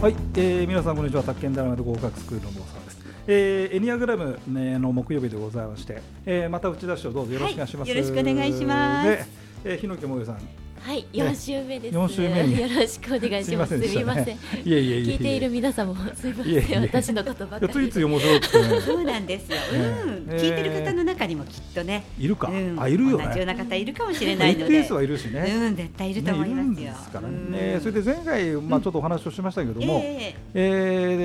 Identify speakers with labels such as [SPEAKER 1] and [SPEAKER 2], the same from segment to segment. [SPEAKER 1] はい、えー、皆さんこんにちは宅建ダラメと合格スクールの坊沢です、えー、エニアグラム、ね、の木曜日でございまして、えー、また打ち出しをどうぞよろしくお願いします、
[SPEAKER 2] はいよろしくお願いします
[SPEAKER 1] で、えー、日野木もよさん
[SPEAKER 2] はい、四週目です、ね。
[SPEAKER 1] 四週目に
[SPEAKER 2] よろしくお願いします。
[SPEAKER 1] す
[SPEAKER 2] み
[SPEAKER 1] いま
[SPEAKER 2] ま
[SPEAKER 1] せん
[SPEAKER 2] せ
[SPEAKER 1] で
[SPEAKER 2] ん。
[SPEAKER 1] したねいえいえいええ
[SPEAKER 2] 聞いている皆様もすみま
[SPEAKER 1] いえい
[SPEAKER 2] せ
[SPEAKER 1] え
[SPEAKER 2] ん。私のことば
[SPEAKER 1] い
[SPEAKER 2] か
[SPEAKER 1] やつい
[SPEAKER 2] り。
[SPEAKER 1] つい面白くてね
[SPEAKER 3] そうなんですよ。うん、
[SPEAKER 1] ねえ
[SPEAKER 3] 聞いてる方の中にもきっとね。
[SPEAKER 1] いるか、
[SPEAKER 3] うん、
[SPEAKER 1] あいるよ
[SPEAKER 3] 同じよう
[SPEAKER 1] ね
[SPEAKER 3] な方いるかもしれない
[SPEAKER 1] 一
[SPEAKER 3] の
[SPEAKER 1] 定
[SPEAKER 3] で。
[SPEAKER 1] 数はいるしね、
[SPEAKER 3] うん、絶対いると思い
[SPEAKER 1] ねるん
[SPEAKER 3] ますよ。
[SPEAKER 1] ですから
[SPEAKER 3] うん
[SPEAKER 1] ね、それで前回、まあ、ちょっとお話をしましたけども、
[SPEAKER 3] え
[SPEAKER 1] え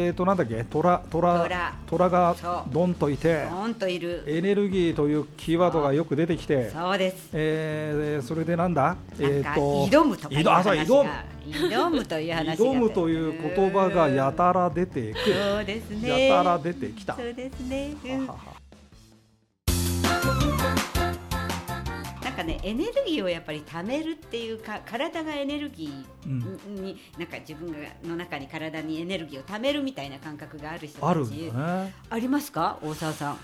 [SPEAKER 1] ー、えーとなんだっけ虎虎
[SPEAKER 3] 虎
[SPEAKER 1] 虎が
[SPEAKER 3] そう
[SPEAKER 1] ドンとい
[SPEAKER 3] え
[SPEAKER 1] て
[SPEAKER 3] ポンといる。
[SPEAKER 1] エネルギーというキーワードがよく出てきて、
[SPEAKER 3] そうです。
[SPEAKER 1] えー、それでなんだ
[SPEAKER 3] なん
[SPEAKER 1] ー
[SPEAKER 3] か挑むとかいう
[SPEAKER 1] 挑
[SPEAKER 3] 話
[SPEAKER 1] あそう
[SPEAKER 3] が
[SPEAKER 1] 挑む
[SPEAKER 3] 挑むという話が
[SPEAKER 1] 挑むという言葉がやたら出てくる、
[SPEAKER 3] そうですね。
[SPEAKER 1] やたら出てきた。
[SPEAKER 3] そうですね。うん
[SPEAKER 1] ははは
[SPEAKER 3] なんかねエネルギーをやっぱり貯めるっていうか体がエネルギーに、なんか自分がの中に体にエネルギーを貯めるみたいな感覚がある人たち
[SPEAKER 1] あるんだね。
[SPEAKER 3] ありますか大沢さん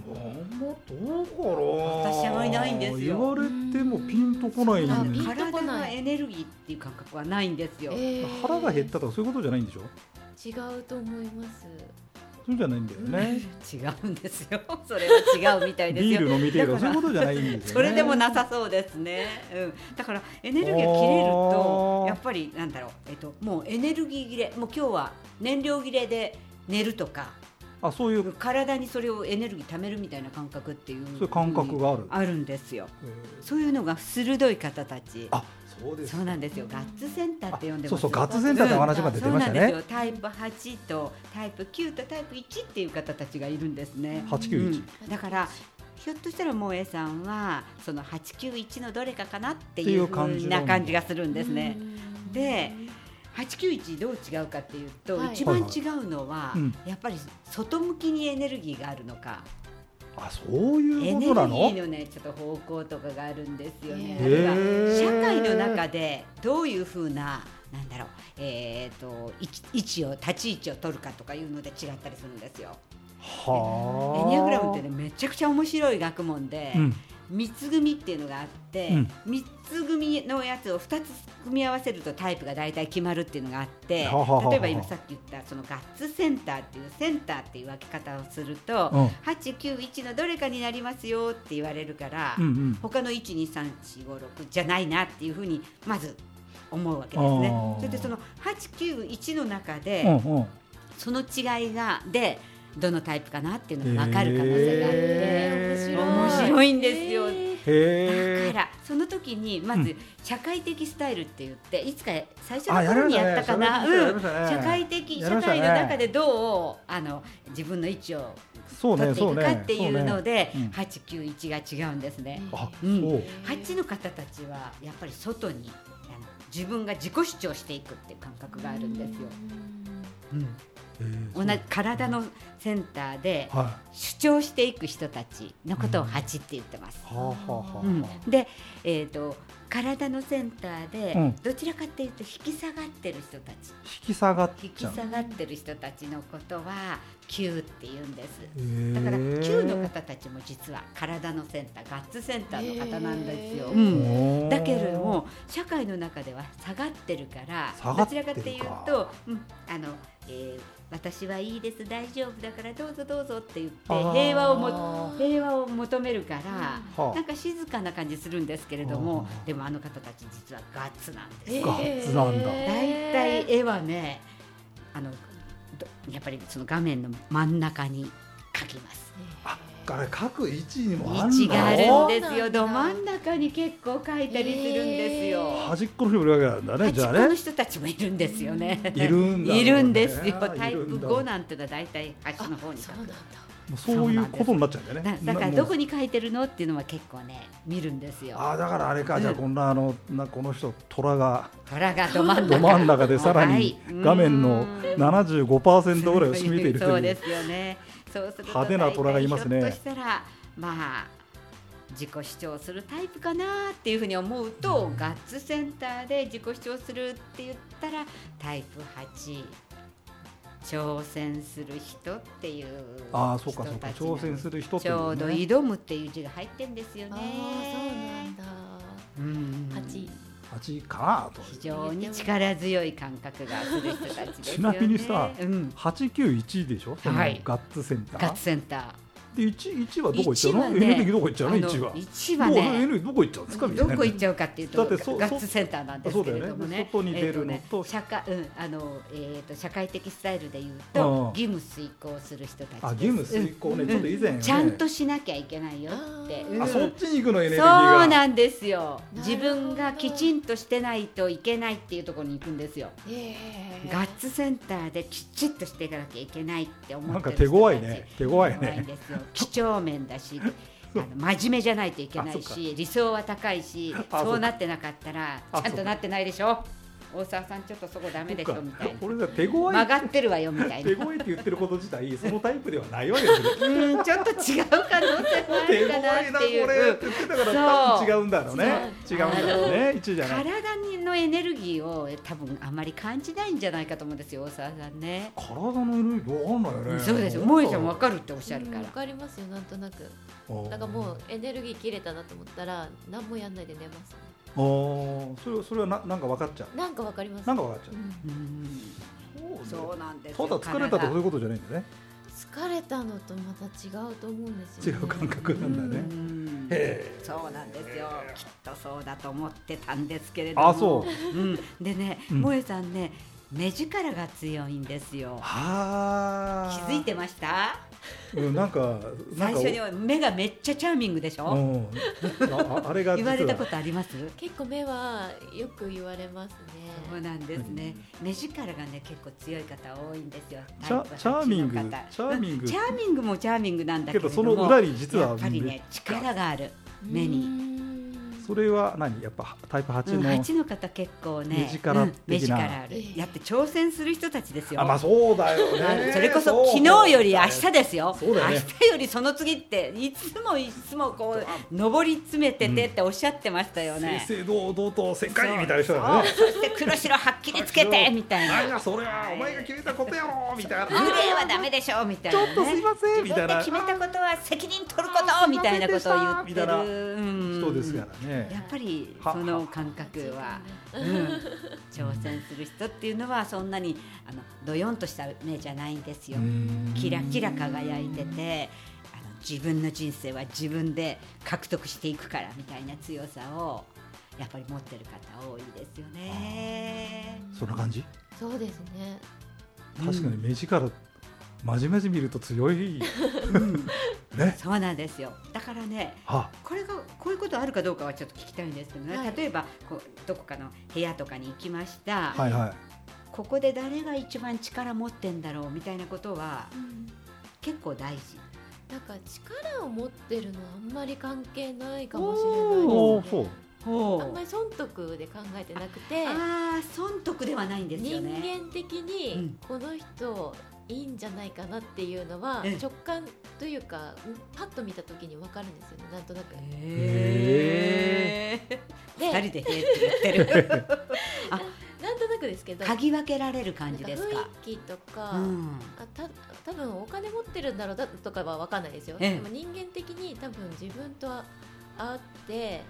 [SPEAKER 1] あんまどうかな。
[SPEAKER 3] 私あまりないんですよ
[SPEAKER 1] 言われてもピンとこない
[SPEAKER 2] あ
[SPEAKER 1] ん
[SPEAKER 2] ピ
[SPEAKER 1] で
[SPEAKER 2] ン
[SPEAKER 1] す。
[SPEAKER 2] とこ
[SPEAKER 3] 体
[SPEAKER 2] な
[SPEAKER 3] が
[SPEAKER 2] い
[SPEAKER 3] エネルギーっていう感覚はないんですよ、
[SPEAKER 2] えー
[SPEAKER 1] 腹が減ったとかそういうことじゃないんでしょ。
[SPEAKER 2] 違うと思います。
[SPEAKER 1] そうじゃないんだよね。
[SPEAKER 3] 違うんですよ それは違うみたいです
[SPEAKER 1] ビー
[SPEAKER 3] よ
[SPEAKER 1] ル飲みてえとか
[SPEAKER 3] だ
[SPEAKER 1] そういう
[SPEAKER 3] から
[SPEAKER 1] ことじゃないんですよね。
[SPEAKER 3] それでもなさそうですね、うん、だからエネルギーが切れる
[SPEAKER 1] あ
[SPEAKER 3] と
[SPEAKER 1] ー
[SPEAKER 3] やっぱりなんだろう、えっと、もうエネルギー切れもう今日は燃料切れで寝るとか
[SPEAKER 1] あそういう
[SPEAKER 3] 体にそれをエネルギー貯めるみたいな感覚っていう
[SPEAKER 1] そういう感覚がある。
[SPEAKER 3] あるんですよ
[SPEAKER 1] えー
[SPEAKER 3] そういうのが鋭い方たち
[SPEAKER 1] あそうです
[SPEAKER 3] そうなんですよガッツセンターって呼んで
[SPEAKER 1] そ
[SPEAKER 3] ます
[SPEAKER 1] うそうガッツセンターのお話まで出ました
[SPEAKER 3] そう
[SPEAKER 1] ね
[SPEAKER 3] なんですよタイプ8とタイプ9とタイプ1っていう方たちがいるんですね、
[SPEAKER 1] 八九一
[SPEAKER 3] うんだからひょっとしたら萌えさんはその891のどれかかなって
[SPEAKER 1] ってい
[SPEAKER 3] いうう
[SPEAKER 1] 感じ
[SPEAKER 3] 風
[SPEAKER 1] なんだ
[SPEAKER 3] な感じがするんですね
[SPEAKER 2] う。ん
[SPEAKER 3] で891どう違うかっていうと、
[SPEAKER 2] はい
[SPEAKER 3] 一番違うのは、
[SPEAKER 1] うん
[SPEAKER 3] やっぱり外向きにエネルギーがあるのか、
[SPEAKER 1] あそうい
[SPEAKER 3] エ
[SPEAKER 1] うこと
[SPEAKER 3] ネルギ
[SPEAKER 1] なの
[SPEAKER 3] ーのねちょっと方向とかがあるんですよね。
[SPEAKER 2] へー
[SPEAKER 3] あるいは
[SPEAKER 1] へー
[SPEAKER 3] 社会の中でどういうふうななんだろうえー、と位置位置を立ち位置を取るかとかいうので違ったりするんですよ。
[SPEAKER 1] はあ
[SPEAKER 3] エニアグラムってねめちゃくちゃ面白い学問で、
[SPEAKER 1] うん
[SPEAKER 3] 三つ組っていうのがあって、
[SPEAKER 1] うん
[SPEAKER 3] 三つ組のやつを二つ組み合わせるとタイプが大体決まるっていうのがあって
[SPEAKER 1] はははは
[SPEAKER 3] 例えば今さっき言ったそのガッツセンターっていうセンターっていう分け方をすると、
[SPEAKER 1] うん
[SPEAKER 3] 891のどれかになりますよって言われるから、
[SPEAKER 1] うんうん
[SPEAKER 3] 他の123456じゃないなっていうふうにまず思うわけです
[SPEAKER 1] あ
[SPEAKER 3] ね
[SPEAKER 1] ー。
[SPEAKER 3] それでその891の中で、
[SPEAKER 1] うんうん
[SPEAKER 3] その違いがでどのタイプかなっていうのが分かる可能性があって。
[SPEAKER 2] え
[SPEAKER 1] へ
[SPEAKER 2] ー
[SPEAKER 1] ー
[SPEAKER 2] 面白い。
[SPEAKER 3] 面白いんですよ
[SPEAKER 2] えー
[SPEAKER 1] へ
[SPEAKER 3] だ
[SPEAKER 1] え
[SPEAKER 3] からその時にま
[SPEAKER 1] う
[SPEAKER 3] ず
[SPEAKER 1] ん
[SPEAKER 3] 社会的スタイルって言っていつか最初
[SPEAKER 1] あ
[SPEAKER 3] の
[SPEAKER 1] やり
[SPEAKER 3] 頃
[SPEAKER 1] ま
[SPEAKER 3] に
[SPEAKER 1] したね
[SPEAKER 3] やったかな
[SPEAKER 1] やり
[SPEAKER 3] う
[SPEAKER 1] ま
[SPEAKER 3] ん、
[SPEAKER 1] したね
[SPEAKER 3] 社会的
[SPEAKER 1] やりま
[SPEAKER 3] 社
[SPEAKER 1] したね
[SPEAKER 3] 会の中でどうあの自分の位置を
[SPEAKER 1] そう
[SPEAKER 3] 取
[SPEAKER 1] ね
[SPEAKER 3] ってい
[SPEAKER 1] そう
[SPEAKER 3] くかっ
[SPEAKER 1] ね
[SPEAKER 3] ていうので
[SPEAKER 1] そうねうん
[SPEAKER 3] 891が違うんですね。
[SPEAKER 1] あ
[SPEAKER 3] う
[SPEAKER 1] そ
[SPEAKER 3] ん
[SPEAKER 1] う
[SPEAKER 3] 8の方たちはやっぱり外にあの自分が自己主張していくっていう感覚があるんですよ。うん
[SPEAKER 1] へー
[SPEAKER 3] 同じ体のセンターで
[SPEAKER 1] はい
[SPEAKER 3] 主張していく人たちのことを8って言ってます。
[SPEAKER 1] はあはあはあ
[SPEAKER 3] うんで、えー、と体のセンターで、
[SPEAKER 1] うん
[SPEAKER 3] どちらかっていうと引き下がってる人たち
[SPEAKER 1] 引き下がっ
[SPEAKER 3] 引
[SPEAKER 1] ち
[SPEAKER 3] き
[SPEAKER 1] ゃう
[SPEAKER 3] 下がってる人たちのことは9って言うんですだ
[SPEAKER 1] だ
[SPEAKER 3] から9の方たちも実は体のセンターガッツセンターの方なんですよ
[SPEAKER 2] へ、
[SPEAKER 3] うん
[SPEAKER 2] ー
[SPEAKER 3] だけれども社会の中では下がってるから
[SPEAKER 1] 下がって
[SPEAKER 3] どち
[SPEAKER 1] る
[SPEAKER 3] ら
[SPEAKER 1] か
[SPEAKER 3] かっていうと、うんあのえー私はいいです大丈夫だからどうぞどうぞって言って平和をも平和を求めるから、
[SPEAKER 1] は
[SPEAKER 3] なんか静かな感じするんですけれども
[SPEAKER 1] あー、
[SPEAKER 3] でもあの方たち実はガッツなんです
[SPEAKER 2] えー
[SPEAKER 3] よ。
[SPEAKER 1] ガッツなんだ
[SPEAKER 3] 大体絵はね、あのどやっぱりその画面の真ん中に描きます。
[SPEAKER 1] ああれ各位置にも
[SPEAKER 3] 位
[SPEAKER 1] ある
[SPEAKER 3] 置
[SPEAKER 1] ん
[SPEAKER 3] があ
[SPEAKER 1] だ
[SPEAKER 3] るん
[SPEAKER 1] よ
[SPEAKER 3] です
[SPEAKER 2] そうな
[SPEAKER 3] よ。
[SPEAKER 2] んだ
[SPEAKER 3] ど真ん中に結構描いたりするんですよ。
[SPEAKER 2] え
[SPEAKER 1] 端っこの人もいるわけなんだねじ
[SPEAKER 3] 端
[SPEAKER 1] ゃあ
[SPEAKER 3] っこの
[SPEAKER 1] ね
[SPEAKER 3] 人たちもいるんですよね。
[SPEAKER 1] いるんだろうね
[SPEAKER 3] いるんですよ。
[SPEAKER 1] あー
[SPEAKER 3] タイ
[SPEAKER 1] いる
[SPEAKER 3] プ
[SPEAKER 1] んだ
[SPEAKER 3] 5なんてのは大体
[SPEAKER 2] あ
[SPEAKER 3] 端の方に
[SPEAKER 2] そ
[SPEAKER 3] 描
[SPEAKER 2] うなん
[SPEAKER 3] く
[SPEAKER 2] だ。
[SPEAKER 1] もうそういうことになっちゃうんだよ
[SPEAKER 3] だ
[SPEAKER 1] ね
[SPEAKER 3] だからどこ
[SPEAKER 1] に
[SPEAKER 3] に描いてるのっていうのは結構ね見るんですよ。
[SPEAKER 1] あーだからあれかじゃあこんなあのなこの人虎が
[SPEAKER 3] 虎がど真ん中
[SPEAKER 1] ど真ん中でさら
[SPEAKER 3] は
[SPEAKER 1] に
[SPEAKER 3] い
[SPEAKER 1] 画面の75%ぐらいを占めていると
[SPEAKER 3] そう
[SPEAKER 1] い
[SPEAKER 3] で
[SPEAKER 1] う
[SPEAKER 3] すよねそうすると
[SPEAKER 1] 派手な虎がいますね
[SPEAKER 3] ひょっとしたらまあ自己主張するタイプかなっていうふうに思うと、ガッツセンターで自己主張するって言ったらタイプ8挑戦する人っていう
[SPEAKER 1] ああそうかそうか
[SPEAKER 3] 人
[SPEAKER 1] 挑
[SPEAKER 3] たちな
[SPEAKER 1] 戦
[SPEAKER 3] ん
[SPEAKER 1] する人って
[SPEAKER 3] ち
[SPEAKER 1] いう
[SPEAKER 3] ょうど
[SPEAKER 1] ね
[SPEAKER 3] 挑むっていう字が入ってんですよね
[SPEAKER 2] ああーそうなんだ。
[SPEAKER 3] うん
[SPEAKER 2] 八。
[SPEAKER 1] 八8かと
[SPEAKER 3] 非常に力強い感覚がする人たちですよね。
[SPEAKER 1] ちなみにさ
[SPEAKER 3] うん、
[SPEAKER 1] 891でしょ、その
[SPEAKER 3] はい
[SPEAKER 1] ガッツセンタ
[SPEAKER 3] ガッツ
[SPEAKER 1] ー。
[SPEAKER 3] センタ
[SPEAKER 1] で 1, 1はどこ行っちゃう
[SPEAKER 3] 一
[SPEAKER 1] の、
[SPEAKER 3] はね
[SPEAKER 1] ?NB どこ行っち
[SPEAKER 3] ー。
[SPEAKER 1] ゃうの ?1 は。
[SPEAKER 3] 一
[SPEAKER 1] ど
[SPEAKER 3] は
[SPEAKER 1] う
[SPEAKER 3] ね。
[SPEAKER 1] NB どこ行っちゃうんですかみたい
[SPEAKER 3] ど
[SPEAKER 1] な。
[SPEAKER 3] こ行っちゃうかっていうと
[SPEAKER 1] だってそう
[SPEAKER 3] ガッツセンターなんですけれ
[SPEAKER 1] そ
[SPEAKER 3] どもね。
[SPEAKER 1] うだよね外に出るのと
[SPEAKER 3] えーね社会、うん、あの、えっ、と、社会的スタイルで言うと
[SPEAKER 1] あ、あ
[SPEAKER 3] 義務遂行する人たちです。
[SPEAKER 1] あ、義務遂行ね、
[SPEAKER 3] うん
[SPEAKER 1] ちょっと以前、ね、
[SPEAKER 3] ちゃんとしなきゃいけないよって。
[SPEAKER 2] あ
[SPEAKER 3] うん
[SPEAKER 1] あ、そっちに行くの、エネル
[SPEAKER 3] そ
[SPEAKER 1] ギーが。
[SPEAKER 3] うなんですよ
[SPEAKER 2] なるほど
[SPEAKER 3] 自分がきちんとしてないといけないっていうところに行くんですよ
[SPEAKER 2] ええ
[SPEAKER 3] ガッツセンターできちっとしていかなきゃいけないって思
[SPEAKER 1] なん
[SPEAKER 3] って
[SPEAKER 1] か
[SPEAKER 3] る
[SPEAKER 1] 手
[SPEAKER 3] 人
[SPEAKER 1] 強い
[SPEAKER 3] たち
[SPEAKER 1] ね。手強い
[SPEAKER 3] 弱いん
[SPEAKER 1] ね。
[SPEAKER 3] ですよ几帳面 だしあの真面目じゃないといけな
[SPEAKER 1] あ
[SPEAKER 3] い
[SPEAKER 1] そっか
[SPEAKER 3] し理想は高いし
[SPEAKER 1] あ
[SPEAKER 3] そうなってなかったら
[SPEAKER 1] あ
[SPEAKER 3] ちゃんとなってないでしょ大沢さんちょっとそこダメでし
[SPEAKER 1] そ
[SPEAKER 3] ょ
[SPEAKER 1] っ
[SPEAKER 3] み
[SPEAKER 1] か
[SPEAKER 3] たいな
[SPEAKER 1] 俺だ手強い
[SPEAKER 3] 曲がって るわよみたいな
[SPEAKER 1] 手強いって言ってること自体そのタイプではないわけですよ。
[SPEAKER 3] うんちょっと違う可能性もあ
[SPEAKER 1] 手
[SPEAKER 3] る
[SPEAKER 1] 強
[SPEAKER 3] か
[SPEAKER 1] いな
[SPEAKER 3] なっ
[SPEAKER 1] こ
[SPEAKER 3] てい
[SPEAKER 1] れっ
[SPEAKER 3] う
[SPEAKER 1] て言ってたから多
[SPEAKER 3] そう
[SPEAKER 1] 分違うんだろうね。違う
[SPEAKER 2] そう
[SPEAKER 1] んだろうね。一じゃない。
[SPEAKER 3] 体のエネルギーを多分あんまり感じないんじゃないかと思うんですよ大沢さんね
[SPEAKER 1] 体のエネルギーわかんないよね。
[SPEAKER 3] そうでしょ萌えちゃんわ
[SPEAKER 1] る。
[SPEAKER 3] かるっておっしゃるか
[SPEAKER 2] うん
[SPEAKER 3] ら
[SPEAKER 2] わかりますよなんとなくなんかもうエネルギー切れたなと思ったら何もやんないで寝ますね
[SPEAKER 1] あーそれそれはななんか分かっちゃう。
[SPEAKER 2] なんかわかります
[SPEAKER 1] なんか分かっちゃ
[SPEAKER 2] うん
[SPEAKER 3] う
[SPEAKER 1] う。
[SPEAKER 3] んそう
[SPEAKER 1] う
[SPEAKER 3] なんです
[SPEAKER 1] た
[SPEAKER 3] よ
[SPEAKER 1] だ疲れたとかそういうことじゃないんだね。
[SPEAKER 2] 疲れたのとまた違うと思うんです
[SPEAKER 1] 違
[SPEAKER 2] よ、ね、
[SPEAKER 1] う感覚なんだね
[SPEAKER 3] う。ん
[SPEAKER 1] へえ
[SPEAKER 3] そうなんですよきっとそうだと思ってたんですけれども
[SPEAKER 1] あそう。
[SPEAKER 3] う、ん、でね
[SPEAKER 1] うん
[SPEAKER 3] 萌えさんね目力が強いんですよ気
[SPEAKER 1] はあ。
[SPEAKER 3] づいてました
[SPEAKER 1] うんなんかなん
[SPEAKER 3] 最
[SPEAKER 1] か
[SPEAKER 3] 初に目がめっちゃチャーミングでし
[SPEAKER 1] う
[SPEAKER 3] ょ
[SPEAKER 1] んあああれが
[SPEAKER 3] 言われたこととあります
[SPEAKER 2] 結構目はよく言われます
[SPEAKER 3] そう
[SPEAKER 2] ね
[SPEAKER 3] なんですね目力がね結構強い方多いんですよ
[SPEAKER 1] チャ
[SPEAKER 3] タイプ
[SPEAKER 1] チャーミング
[SPEAKER 3] 八の方
[SPEAKER 1] チャーミング
[SPEAKER 3] うんチャーミングもチャーミングなんだ
[SPEAKER 1] け
[SPEAKER 3] け
[SPEAKER 1] ど
[SPEAKER 3] れ
[SPEAKER 1] そ
[SPEAKER 3] ど
[SPEAKER 1] の
[SPEAKER 3] も
[SPEAKER 1] 裏に実
[SPEAKER 3] や
[SPEAKER 1] は
[SPEAKER 3] っぱりね力がある目に
[SPEAKER 2] に
[SPEAKER 1] それは何やっぱタイプ8
[SPEAKER 3] うん、
[SPEAKER 1] の、
[SPEAKER 3] 八の方結構ね、
[SPEAKER 1] 目力
[SPEAKER 3] うん目
[SPEAKER 1] 的な
[SPEAKER 3] 力ある。やっぱ挑戦する人たちですよ。
[SPEAKER 1] あまあそうだよ
[SPEAKER 3] は
[SPEAKER 1] ね
[SPEAKER 3] いそれこそ昨日より明日ですよ
[SPEAKER 1] そうだよね
[SPEAKER 3] 明日よりその次っていつもいつもこう上り詰めててっておっしゃってましたよね。
[SPEAKER 1] 正々堂々と世界みたいな人だよね
[SPEAKER 3] そうそうそして黒白はっきりつけてみたい
[SPEAKER 1] なん
[SPEAKER 3] な。
[SPEAKER 1] やそれはお前が決めたことやろみたいな
[SPEAKER 3] グレーはダメでしょみたい
[SPEAKER 1] ち
[SPEAKER 3] な
[SPEAKER 1] ょ
[SPEAKER 3] ね、
[SPEAKER 1] っとすいませんみ
[SPEAKER 3] 自
[SPEAKER 1] たい
[SPEAKER 3] 分で
[SPEAKER 1] な
[SPEAKER 3] 決めたことは責任取ることみたいなことを言って
[SPEAKER 1] みたいな
[SPEAKER 3] るうん
[SPEAKER 1] 人ですからね
[SPEAKER 3] やっぱり
[SPEAKER 1] は
[SPEAKER 3] その感覚は、うん、 挑戦する人っていうのはそんなにあのドヨンとした目じゃないんですよ
[SPEAKER 1] うん
[SPEAKER 3] キラキラ輝いててあの自分の人生は自分で獲得していくからみたいな強さをやっぱり持ってる方多いですよね。
[SPEAKER 1] そんな感じ
[SPEAKER 2] そうですね
[SPEAKER 1] 確かに目力まじまじ見ると強い
[SPEAKER 3] うん
[SPEAKER 1] ね
[SPEAKER 3] そうなんですよだからね
[SPEAKER 1] あ
[SPEAKER 3] これがこういうことあるかどうかはちょっと聞きたいんですけどね、
[SPEAKER 2] はい
[SPEAKER 3] 例えばこうどこかの部屋とかに行きました、
[SPEAKER 1] はいは
[SPEAKER 3] ここで誰が一番力持ってんだろうみたいなことは結構大事
[SPEAKER 2] なんか力を持ってるのはあんまり関係ないかもし
[SPEAKER 1] いおお
[SPEAKER 2] れ
[SPEAKER 1] そう
[SPEAKER 2] ないですねあんまり損得で考えてなくて
[SPEAKER 3] ああ損得ではないんですよ
[SPEAKER 2] 人
[SPEAKER 3] ね
[SPEAKER 2] 間的
[SPEAKER 3] う
[SPEAKER 2] に
[SPEAKER 3] ん
[SPEAKER 2] この人いいんじゃないかなっていうのは
[SPEAKER 3] ええ
[SPEAKER 2] 直感というかパッと見た時に分かるんですよねなんとなく。
[SPEAKER 3] へえ
[SPEAKER 2] で
[SPEAKER 3] 二人でへえって言 ってる
[SPEAKER 2] なんとなくですけど
[SPEAKER 3] 嗅ぎ分けられる
[SPEAKER 2] な
[SPEAKER 3] 感
[SPEAKER 2] ん
[SPEAKER 3] じ
[SPEAKER 2] か
[SPEAKER 3] で
[SPEAKER 2] 雰
[SPEAKER 3] すか
[SPEAKER 2] 囲気とか、
[SPEAKER 3] うん
[SPEAKER 2] あた多分お金持ってるんだろうだとかは分かんないですよ、
[SPEAKER 3] ええ
[SPEAKER 2] でも人間的に多分自分とあ合って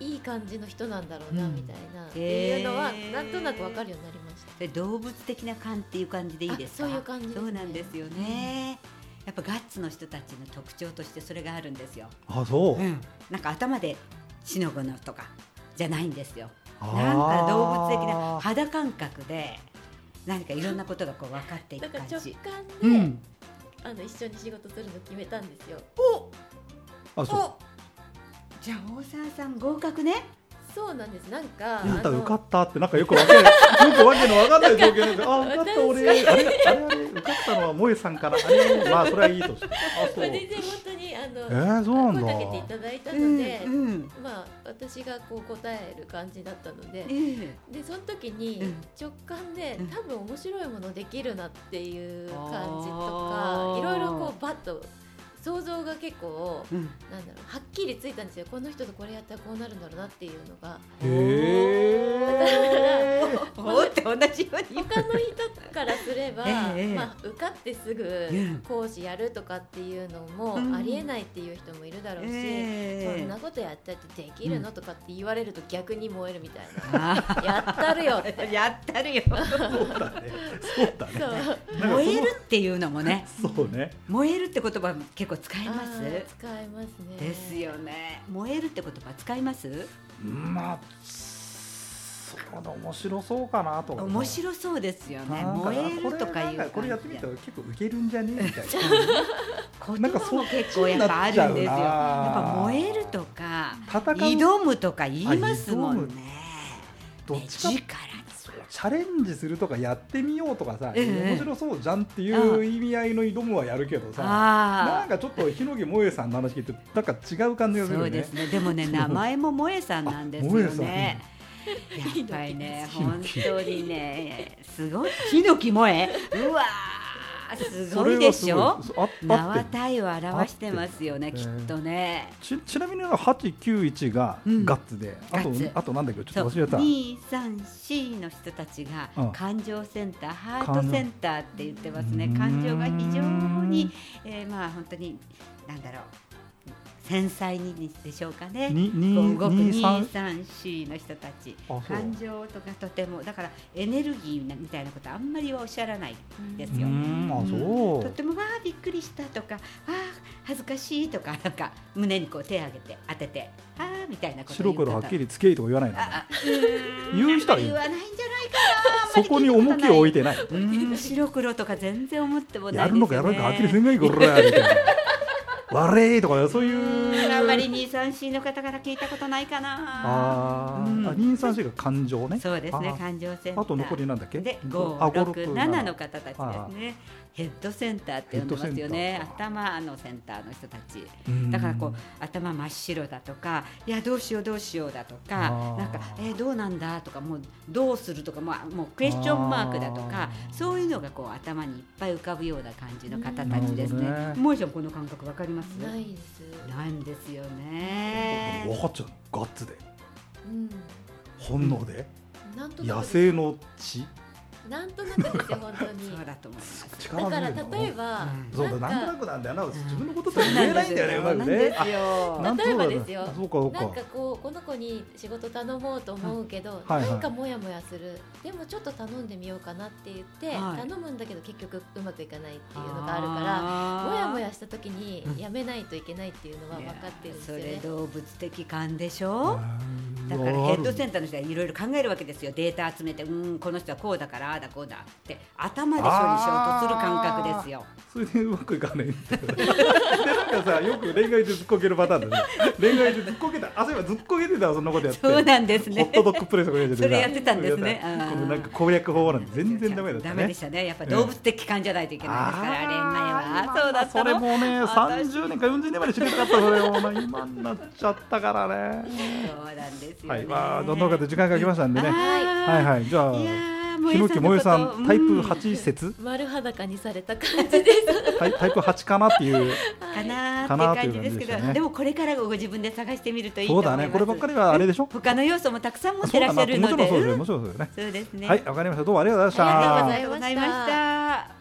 [SPEAKER 2] いいい感じの人なんだろうな、
[SPEAKER 3] うん
[SPEAKER 2] みたいな、って
[SPEAKER 3] へえ
[SPEAKER 2] いうのはなんとなく分かるようになりました
[SPEAKER 3] で動物的な感っていう感じでいいですか
[SPEAKER 2] あそういう感じですね
[SPEAKER 3] そうなんですよねやっぱガッツの人たちの特徴としてそれがあるんですよ
[SPEAKER 1] あそう
[SPEAKER 3] うん、なんか頭でしのぐのとかじゃないんですよ。
[SPEAKER 1] あー
[SPEAKER 3] なんか動物的な肌感覚で何かいろんなことがこう分かってい
[SPEAKER 2] だ
[SPEAKER 3] く
[SPEAKER 2] から
[SPEAKER 3] 感
[SPEAKER 2] 直
[SPEAKER 3] じ。
[SPEAKER 2] 感で、
[SPEAKER 3] うん、
[SPEAKER 2] あの一緒に仕事するの決めたんですよ
[SPEAKER 1] あそう
[SPEAKER 3] おじゃあ大沢さん合格ね。
[SPEAKER 2] そうなんですなんか
[SPEAKER 1] あんた
[SPEAKER 2] あの
[SPEAKER 1] 受かったってなんかよくわけよくわけのわかんない状況な んであ受かった俺あれあれあれ受かったのは萌えさんからあれまあそれはいいとしてあそう
[SPEAKER 2] 全
[SPEAKER 1] え
[SPEAKER 2] 然本当にあの、
[SPEAKER 1] ー、そうなんだ
[SPEAKER 2] 声かけていただいたので、
[SPEAKER 3] うんうん
[SPEAKER 2] まあ私がこう答える感じだったので、
[SPEAKER 3] え
[SPEAKER 2] でその時に
[SPEAKER 3] うん
[SPEAKER 2] 直感で、
[SPEAKER 3] うん
[SPEAKER 2] 多分面白いものできるなっていう感じと
[SPEAKER 3] あ
[SPEAKER 2] か
[SPEAKER 3] ー
[SPEAKER 2] いろいろこうバッと想像が結構
[SPEAKER 3] えうん
[SPEAKER 2] なんだろうはっきりついたんですよこの人とこれやったらこうなるんだろうなっていうのが
[SPEAKER 1] へえ
[SPEAKER 2] だから
[SPEAKER 3] おーって同じように
[SPEAKER 2] 他の人からすれば、
[SPEAKER 3] ええ
[SPEAKER 2] まあ、受かってす
[SPEAKER 3] ん
[SPEAKER 2] ぐ講師やるとかっていうのも
[SPEAKER 3] うん
[SPEAKER 2] ありえないっていう人もいるだろうし、そんなことやったってできるのとかって言われると逆に燃えるみたい
[SPEAKER 3] あ
[SPEAKER 2] な、やった るよって
[SPEAKER 3] ーやったるよ
[SPEAKER 1] そうだね。そうだね。
[SPEAKER 2] そ
[SPEAKER 1] な
[SPEAKER 2] う
[SPEAKER 1] んかその
[SPEAKER 3] 燃えるっていうのも ね
[SPEAKER 1] そうね。
[SPEAKER 3] 燃えるって言葉結構使いま
[SPEAKER 2] あー
[SPEAKER 3] す
[SPEAKER 2] 使いますね
[SPEAKER 3] ですよね燃えるって言葉使います
[SPEAKER 1] まあ、そうだ面白そうかなと思って。
[SPEAKER 3] 面白そうですよね
[SPEAKER 1] なんか
[SPEAKER 3] 燃えるとかい
[SPEAKER 1] これ
[SPEAKER 3] う
[SPEAKER 1] なんかこれやってみたら結構ウケるんじゃねみ たい
[SPEAKER 3] 言
[SPEAKER 1] なんか
[SPEAKER 3] 葉
[SPEAKER 1] そ
[SPEAKER 3] も
[SPEAKER 1] う
[SPEAKER 3] 結構やっぱあるんですよ
[SPEAKER 1] なっちゃうな
[SPEAKER 3] やっぱ燃えるとか
[SPEAKER 1] な戦う
[SPEAKER 3] 挑むとか言いますもんね
[SPEAKER 1] どっちか
[SPEAKER 3] 目力
[SPEAKER 1] チャレンジするとかやってみようとかさ、
[SPEAKER 3] ええ
[SPEAKER 1] 面白そうじゃんっていう意味合いの挑むはやるけどさな
[SPEAKER 3] あ
[SPEAKER 1] ん
[SPEAKER 3] あ
[SPEAKER 1] かちょっと日野木萌えさんの話聞いてなんか違う感じがする
[SPEAKER 3] そ
[SPEAKER 1] よ
[SPEAKER 3] うで
[SPEAKER 1] ね
[SPEAKER 3] すねでもね名前も萌えさんなんですよ
[SPEAKER 1] あ萌
[SPEAKER 3] ね
[SPEAKER 1] え
[SPEAKER 2] ん
[SPEAKER 3] やっぱ りね
[SPEAKER 1] ヒノ
[SPEAKER 3] 本
[SPEAKER 1] キ
[SPEAKER 3] 当にねすごいヒノキ萌えうわーす
[SPEAKER 1] そ
[SPEAKER 3] ご
[SPEAKER 1] れ
[SPEAKER 3] い
[SPEAKER 1] は
[SPEAKER 3] でしょ
[SPEAKER 1] すごいです
[SPEAKER 3] 名
[SPEAKER 1] ああ
[SPEAKER 3] は
[SPEAKER 1] って
[SPEAKER 3] 体を表してますよね
[SPEAKER 1] 合っ
[SPEAKER 3] き
[SPEAKER 1] て
[SPEAKER 3] っ
[SPEAKER 1] る
[SPEAKER 3] とね
[SPEAKER 1] ちちなみに891が
[SPEAKER 3] うん
[SPEAKER 1] ガッツで、あと
[SPEAKER 3] ガッツ
[SPEAKER 1] あとなんだっけち
[SPEAKER 3] そ
[SPEAKER 1] ょ
[SPEAKER 3] う
[SPEAKER 1] っと忘れた
[SPEAKER 3] 234の人たちが
[SPEAKER 1] うん
[SPEAKER 3] 感情センター、ハートセンターって言ってますね感
[SPEAKER 1] 感
[SPEAKER 3] 情
[SPEAKER 1] 情
[SPEAKER 3] が非常に、えー、まあ本当になんだろう繊細にでしょうかね
[SPEAKER 1] に
[SPEAKER 3] こ
[SPEAKER 1] に
[SPEAKER 3] う動く
[SPEAKER 1] にさん
[SPEAKER 3] 234の人たち
[SPEAKER 1] あそう
[SPEAKER 3] 感情とかとてもだからエネルギーみたいなことあんまりはおっしゃらない
[SPEAKER 2] うん
[SPEAKER 3] です
[SPEAKER 1] う
[SPEAKER 3] よ
[SPEAKER 1] んあそう、
[SPEAKER 3] とってもわあびっくりしたとかわあ恥ずかしいとかなんか胸にこう手を挙げて当ててああみたいなこと
[SPEAKER 1] 白黒はっき
[SPEAKER 3] り
[SPEAKER 1] りつけいとか言わないの
[SPEAKER 3] ああ
[SPEAKER 1] 言う人は言
[SPEAKER 3] 言
[SPEAKER 1] う
[SPEAKER 3] わないんじゃない
[SPEAKER 1] そこに重きを置いてない
[SPEAKER 3] うん白黒とか全然思ってもな
[SPEAKER 1] や
[SPEAKER 3] いですよね。
[SPEAKER 1] るのかやらないかはっきりせんがいいこらみたいな悪いとかそういう
[SPEAKER 3] うんあんまり二三四の方から聞いたことないかな。
[SPEAKER 1] あ
[SPEAKER 3] うん
[SPEAKER 1] ーあ二三四が感情ね
[SPEAKER 3] そうですね
[SPEAKER 1] あー
[SPEAKER 3] 感情センター。
[SPEAKER 1] あと残りなんだっけ
[SPEAKER 3] で五
[SPEAKER 1] あ
[SPEAKER 3] 六七の
[SPEAKER 1] 五
[SPEAKER 3] 方たち
[SPEAKER 1] あ
[SPEAKER 3] ですね。ヘッドセンターって呼んでますよ
[SPEAKER 1] ヘッド
[SPEAKER 3] ね
[SPEAKER 1] セン。ター
[SPEAKER 3] 頭のセンターの人たち。
[SPEAKER 1] うん
[SPEAKER 3] だからこう頭真っ白だとかいやどうしようどうしようだとか
[SPEAKER 1] あー
[SPEAKER 3] なんかえーどうなんだとかもうどうするとかもうもうクエスチョンマークだと
[SPEAKER 1] あ
[SPEAKER 3] か
[SPEAKER 1] ー
[SPEAKER 3] そういうのがこう頭にいっぱい浮かぶような感じの方たちですね
[SPEAKER 1] なるほどね。
[SPEAKER 3] もえちゃんこの感覚わかります？
[SPEAKER 2] ないです、
[SPEAKER 3] ないんですよね。
[SPEAKER 1] 分かっちゃうガッツで
[SPEAKER 2] うん、
[SPEAKER 1] 本能で
[SPEAKER 2] なんとな
[SPEAKER 1] 野
[SPEAKER 2] くです
[SPEAKER 1] 生の血
[SPEAKER 2] なんとなくですよ本当に
[SPEAKER 3] そうだと思います。
[SPEAKER 1] 力
[SPEAKER 2] だから
[SPEAKER 1] 強いの
[SPEAKER 2] 例えば、
[SPEAKER 3] うん
[SPEAKER 1] そうだ
[SPEAKER 2] な
[SPEAKER 1] なんとなんく
[SPEAKER 2] か
[SPEAKER 1] なんだよな自分のことって言えないんだよねうまくねあ
[SPEAKER 3] よ
[SPEAKER 1] なんと
[SPEAKER 2] 例えば
[SPEAKER 1] なく
[SPEAKER 2] ですよ
[SPEAKER 1] そうかそう
[SPEAKER 2] なん
[SPEAKER 1] か
[SPEAKER 2] かこうこの子に仕事頼もうと思うけど、
[SPEAKER 1] はいはい
[SPEAKER 2] なんかモヤモヤするでもちょっと頼んでみようかなって言って、
[SPEAKER 3] はい
[SPEAKER 2] 頼むんだけど結局うまくいかないっていうのがあるから
[SPEAKER 3] ら
[SPEAKER 2] モヤモヤした時にやめないといけないっていうのは分かってるんですよ
[SPEAKER 3] それ
[SPEAKER 2] ね。
[SPEAKER 3] 動物的感でしょ。
[SPEAKER 1] うん
[SPEAKER 3] だからヘッドセ
[SPEAKER 1] ある
[SPEAKER 3] ンターの人はいろいろ考えるわけですよデータ集めてうんこの人はこうだからああだこうだって頭で処理しようとする感覚ですよ
[SPEAKER 1] それでうまくいかないんだよねでなんかさよく恋愛でずっこけるパターンだね恋愛でずっこけたあそういえばずっこけてたわそんなことやって
[SPEAKER 3] そうなんです
[SPEAKER 1] ホ
[SPEAKER 3] ね
[SPEAKER 1] ットドッグプレスとかやってた
[SPEAKER 3] それやってたんですね
[SPEAKER 1] それやった
[SPEAKER 3] あー
[SPEAKER 1] このなんか攻略法なんて全然ダメだった
[SPEAKER 3] ダメで
[SPEAKER 1] ね
[SPEAKER 3] したねやっぱ動物的感じゃないといけないですから恋愛はそうだった
[SPEAKER 1] それ
[SPEAKER 3] の
[SPEAKER 1] もね
[SPEAKER 3] 私
[SPEAKER 1] 30年か40年まで知りたかったそれをまあ今になっちゃったからね
[SPEAKER 3] そうなんですよ
[SPEAKER 1] は
[SPEAKER 3] ね
[SPEAKER 1] いまあどんどんかで時間が来ましたんでねはい
[SPEAKER 3] い
[SPEAKER 1] はいじゃあ
[SPEAKER 3] いやー萌
[SPEAKER 1] ひ
[SPEAKER 3] え
[SPEAKER 1] の
[SPEAKER 3] さ
[SPEAKER 1] き
[SPEAKER 3] ん
[SPEAKER 1] も
[SPEAKER 3] の
[SPEAKER 1] え
[SPEAKER 3] こと
[SPEAKER 1] さんタイプ
[SPEAKER 3] うん
[SPEAKER 1] 8説
[SPEAKER 2] 丸裸にされた感じです。
[SPEAKER 1] タイタイプ8かなって いう
[SPEAKER 3] かな
[SPEAKER 1] かな
[SPEAKER 3] ー
[SPEAKER 1] ー
[SPEAKER 3] って
[SPEAKER 1] っていう感
[SPEAKER 3] 感じ
[SPEAKER 1] じ
[SPEAKER 3] です
[SPEAKER 1] でし
[SPEAKER 3] けど
[SPEAKER 1] たね
[SPEAKER 3] でもこれからご自分で探してみるといいと
[SPEAKER 1] そう
[SPEAKER 3] 思いま
[SPEAKER 1] だ
[SPEAKER 3] す
[SPEAKER 1] ねこればっかりはあれでしょ
[SPEAKER 3] 他の要素もたくさん持っ
[SPEAKER 1] そ
[SPEAKER 3] て
[SPEAKER 1] う
[SPEAKER 3] ら
[SPEAKER 1] だ
[SPEAKER 3] っし
[SPEAKER 1] な
[SPEAKER 3] ゃる
[SPEAKER 1] もち
[SPEAKER 3] の
[SPEAKER 1] ろん
[SPEAKER 3] で
[SPEAKER 1] そうですもちろんそうですね
[SPEAKER 3] そうですね
[SPEAKER 1] はいわかりましたどうもありがとうございました
[SPEAKER 2] ありがとうござ
[SPEAKER 3] あり
[SPEAKER 2] いました
[SPEAKER 3] がとうございました